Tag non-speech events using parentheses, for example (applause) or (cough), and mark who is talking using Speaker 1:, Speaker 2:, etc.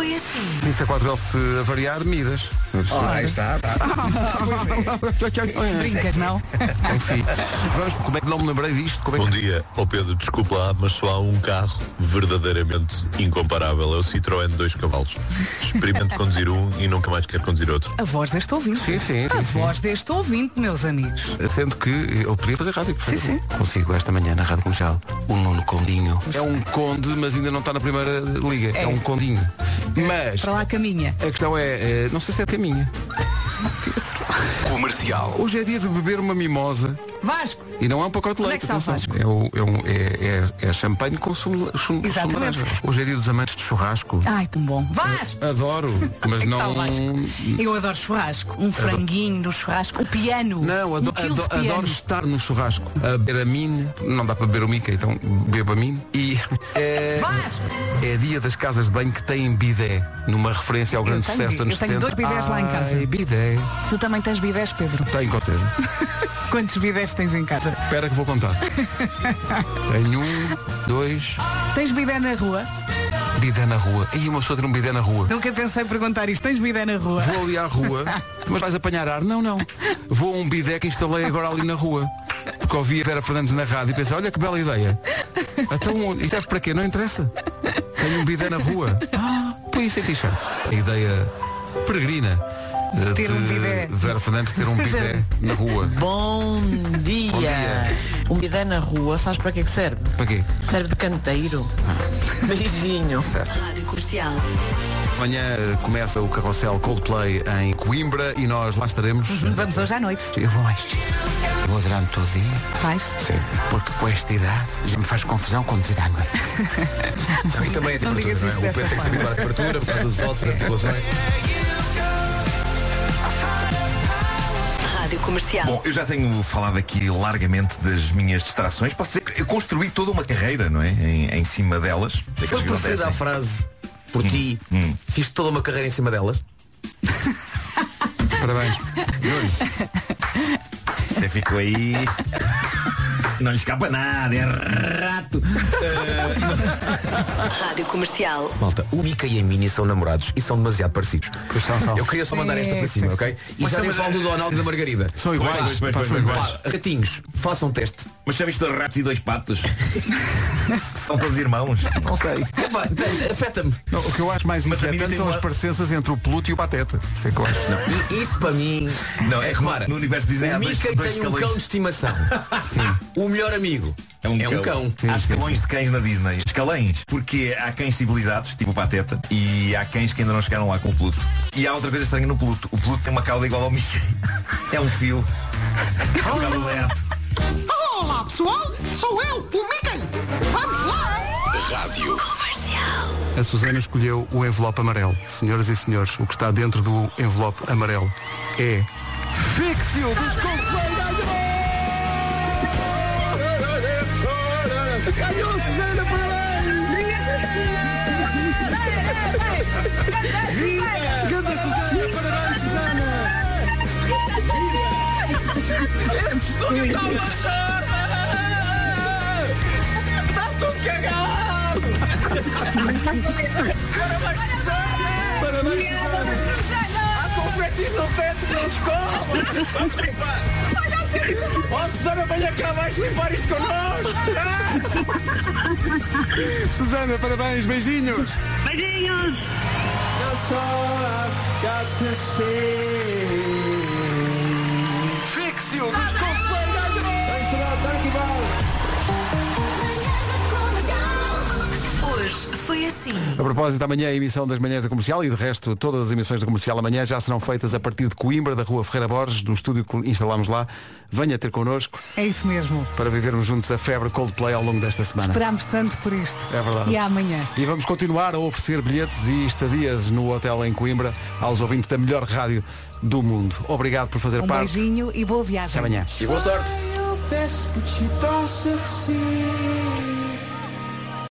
Speaker 1: assim.
Speaker 2: notícia 4L se avariar, medidas.
Speaker 3: Ah, aí está, está. (laughs)
Speaker 4: Brincas, não?
Speaker 2: Ah, é.
Speaker 3: é.
Speaker 2: Enfim, vamos, como é que não me lembrei disto? Como é
Speaker 5: Bom
Speaker 2: que...
Speaker 5: dia, ó Pedro, desculpa lá, mas só há um carro verdadeiramente incomparável, é o Citroën dois cavalos. Experimento conduzir um e nunca mais quero conduzir outro.
Speaker 4: A voz deste ouvinte.
Speaker 2: Sim, sim,
Speaker 4: A
Speaker 2: sim, sim.
Speaker 4: voz deste ouvinte, meus amigos.
Speaker 2: Sendo que eu podia fazer rádio, por
Speaker 4: Sim,
Speaker 2: exemplo. Consigo esta manhã na Rádio Comercial o Nuno Condinho. É um conde, mas ainda não está na primeira liga. É, um condinho. Mas
Speaker 4: Para lá caminha.
Speaker 2: a questão é, eh, não sei se é caminha.
Speaker 6: Comercial.
Speaker 2: Hoje é dia de beber uma mimosa
Speaker 4: Vasco!
Speaker 2: e não é um pacote de
Speaker 4: Onde é
Speaker 2: leite.
Speaker 4: que está o
Speaker 2: atenção.
Speaker 4: Vasco?
Speaker 2: É, o- é um- é- é- é champanhe com sumo, sumo, sumo de
Speaker 4: Exatamente.
Speaker 2: laranja. Hoje é dia dos amantes de churrasco.
Speaker 4: Ai, tão bom. Vasco!
Speaker 2: Adoro, mas
Speaker 4: Que (laughs)
Speaker 2: não.
Speaker 4: tal, Vasco? Eu adoro churrasco, um franguinho do churrasco, o piano.
Speaker 2: Não,
Speaker 4: um
Speaker 2: ado-
Speaker 4: quilo de
Speaker 2: ado-
Speaker 4: piano.
Speaker 2: adoro estar no churrasco. A beber a mine, não dá para beber o Mica, então bebo a mine. E (laughs) é,
Speaker 4: Vasco!
Speaker 2: é dia das casas de banho que têm bidé, numa referência ao grande
Speaker 4: tenho
Speaker 2: sucesso
Speaker 4: bi-
Speaker 2: dos anos
Speaker 4: eu
Speaker 2: 70.
Speaker 4: tenho dois bidés lá em casa.
Speaker 2: Ai, bidé.
Speaker 4: Tu também tens bidés, Pedro.
Speaker 2: Tenho com certeza.
Speaker 4: Quantos bidés tens em casa?
Speaker 2: Espera que vou
Speaker 4: (laughs)
Speaker 2: contar. Tenho um, dois,
Speaker 4: Tens bidé na rua?
Speaker 2: bidé na rua. E uma pessoa ter um bidé na rua.
Speaker 4: Nunca pensei em perguntar isto. Tens bidé na rua?
Speaker 2: Vou ali à rua, mas vais apanhar ar? Não, não. Vou a um bidé que instalei agora ali na rua. Porque ouvi a Vera Fernandes na rádio e pensei, olha que bela ideia. Então, e serve para quê? Não interessa. Tenho um bidé na rua. Ah, põe isso em t-shirt. A ideia peregrina eh,
Speaker 4: Ter um bidé.
Speaker 2: de Vera Fernandes ter um
Speaker 4: (laughs)
Speaker 2: bidé na rua.
Speaker 7: Bom dia.
Speaker 2: Bom dia.
Speaker 7: Um bidé na rua, sabes para que é que serve?
Speaker 2: Para quê?
Speaker 7: Serve de canteiro.
Speaker 2: Ah.
Speaker 7: Beijinho.
Speaker 2: Amanhã eh, começa o carrossel Coldplay em Coimbra e nós lá estaremos.
Speaker 4: Uhum. Vamos hoje à noite.
Speaker 2: Eu vou mais. Eu vou durante todo o dia.
Speaker 4: Vais?
Speaker 2: Sim. Porque com esta idade já me faz confusão conduzir à noite.
Speaker 3: E também a temperatura,
Speaker 4: digas
Speaker 3: (laughs) não
Speaker 4: isso
Speaker 3: é? O Pedro
Speaker 4: dessa
Speaker 3: tem que se habituar à temperatura por causa dos ossos, das articulações.
Speaker 1: Rádio Comercial.
Speaker 8: Bom, eu já tenho falado aqui largamente das minhas distrações. Posso dizer que eu construí toda uma carreira, não é? Em, em cima delas. Daquelas
Speaker 3: Foi
Speaker 8: que
Speaker 3: preferida a
Speaker 8: acontecem.
Speaker 3: frase por ti, fiz toda uma carreira em cima delas.
Speaker 2: Parabéns.
Speaker 8: Você ficou aí. Não lhe escapa nada, é rato.
Speaker 1: Rádio Comercial.
Speaker 3: Malta, o Mica e a Mini são namorados e são demasiado parecidos.
Speaker 2: Pois são, são.
Speaker 3: Eu queria só mandar esta para
Speaker 4: Sim,
Speaker 3: cima,
Speaker 4: sim,
Speaker 3: ok? E já nem falo do Donald e da Margarida.
Speaker 2: São iguais.
Speaker 8: Pois, pois,
Speaker 2: pá,
Speaker 8: pois,
Speaker 2: são
Speaker 8: pois,
Speaker 2: iguais.
Speaker 3: Pá, ratinhos, façam um teste.
Speaker 8: Mas já viste dois ratos e dois patos? São todos irmãos. Não sei.
Speaker 3: Epá, t- Afeta-me.
Speaker 2: Não, o que eu acho mais
Speaker 8: Mas a minha
Speaker 2: inquietante
Speaker 8: tem
Speaker 2: são
Speaker 8: uma-
Speaker 2: as parecenças entre o Pluto e o Pateta. Sei que eu acho.
Speaker 3: E Isso para mim
Speaker 8: Não, é que no,
Speaker 3: repara.
Speaker 8: no universo dizem há
Speaker 3: O
Speaker 8: dois,
Speaker 3: Mica
Speaker 8: dois
Speaker 3: tem um cão de estimação.
Speaker 8: (laughs)
Speaker 3: O melhor amigo é um, cão.
Speaker 8: há escalões de cães na Disney. Escalões. Porque há cães civilizados, tipo o Pateta, e há cães que ainda não chegaram lá com o Pluto. E há outra coisa estranha no Pluto. O Pluto tem uma cauda igual ao Mickey. (laughs) É um fio. É um cabo de leopardo.
Speaker 9: Olá pessoal, sou eu, o Mickey. Vamos lá.
Speaker 6: Rádio.
Speaker 2: A Susana escolheu o envelope amarelo. Senhoras e senhores, o que está dentro do envelope amarelo é. Fixio dos Coldplay ganhou! Ganhou Susana Parabéns! Ganda Susana, parabéns Susana! Susana, parabéns, beijinhos!
Speaker 1: Hoje foi assim.
Speaker 2: A propósito, amanhã é a emissão das manhãs da comercial e de resto todas as emissões da comercial amanhã já serão feitas a partir de Coimbra, da rua Ferreira Borges, do estúdio que instalámos lá. Venha ter connosco
Speaker 4: É isso mesmo.
Speaker 2: para vivermos juntos a febre Coldplay ao longo desta semana.
Speaker 4: Esperámos tanto por isto.
Speaker 2: É verdade.
Speaker 4: E amanhã.
Speaker 2: E vamos continuar a oferecer bilhetes e estadias no hotel em Coimbra aos ouvintes da melhor rádio do mundo. Obrigado por fazer
Speaker 4: Um
Speaker 2: parte.
Speaker 4: beijinho e boa viagem.
Speaker 2: Até amanhã.
Speaker 3: E boa sorte.
Speaker 9: Eu peço que te tão sexy.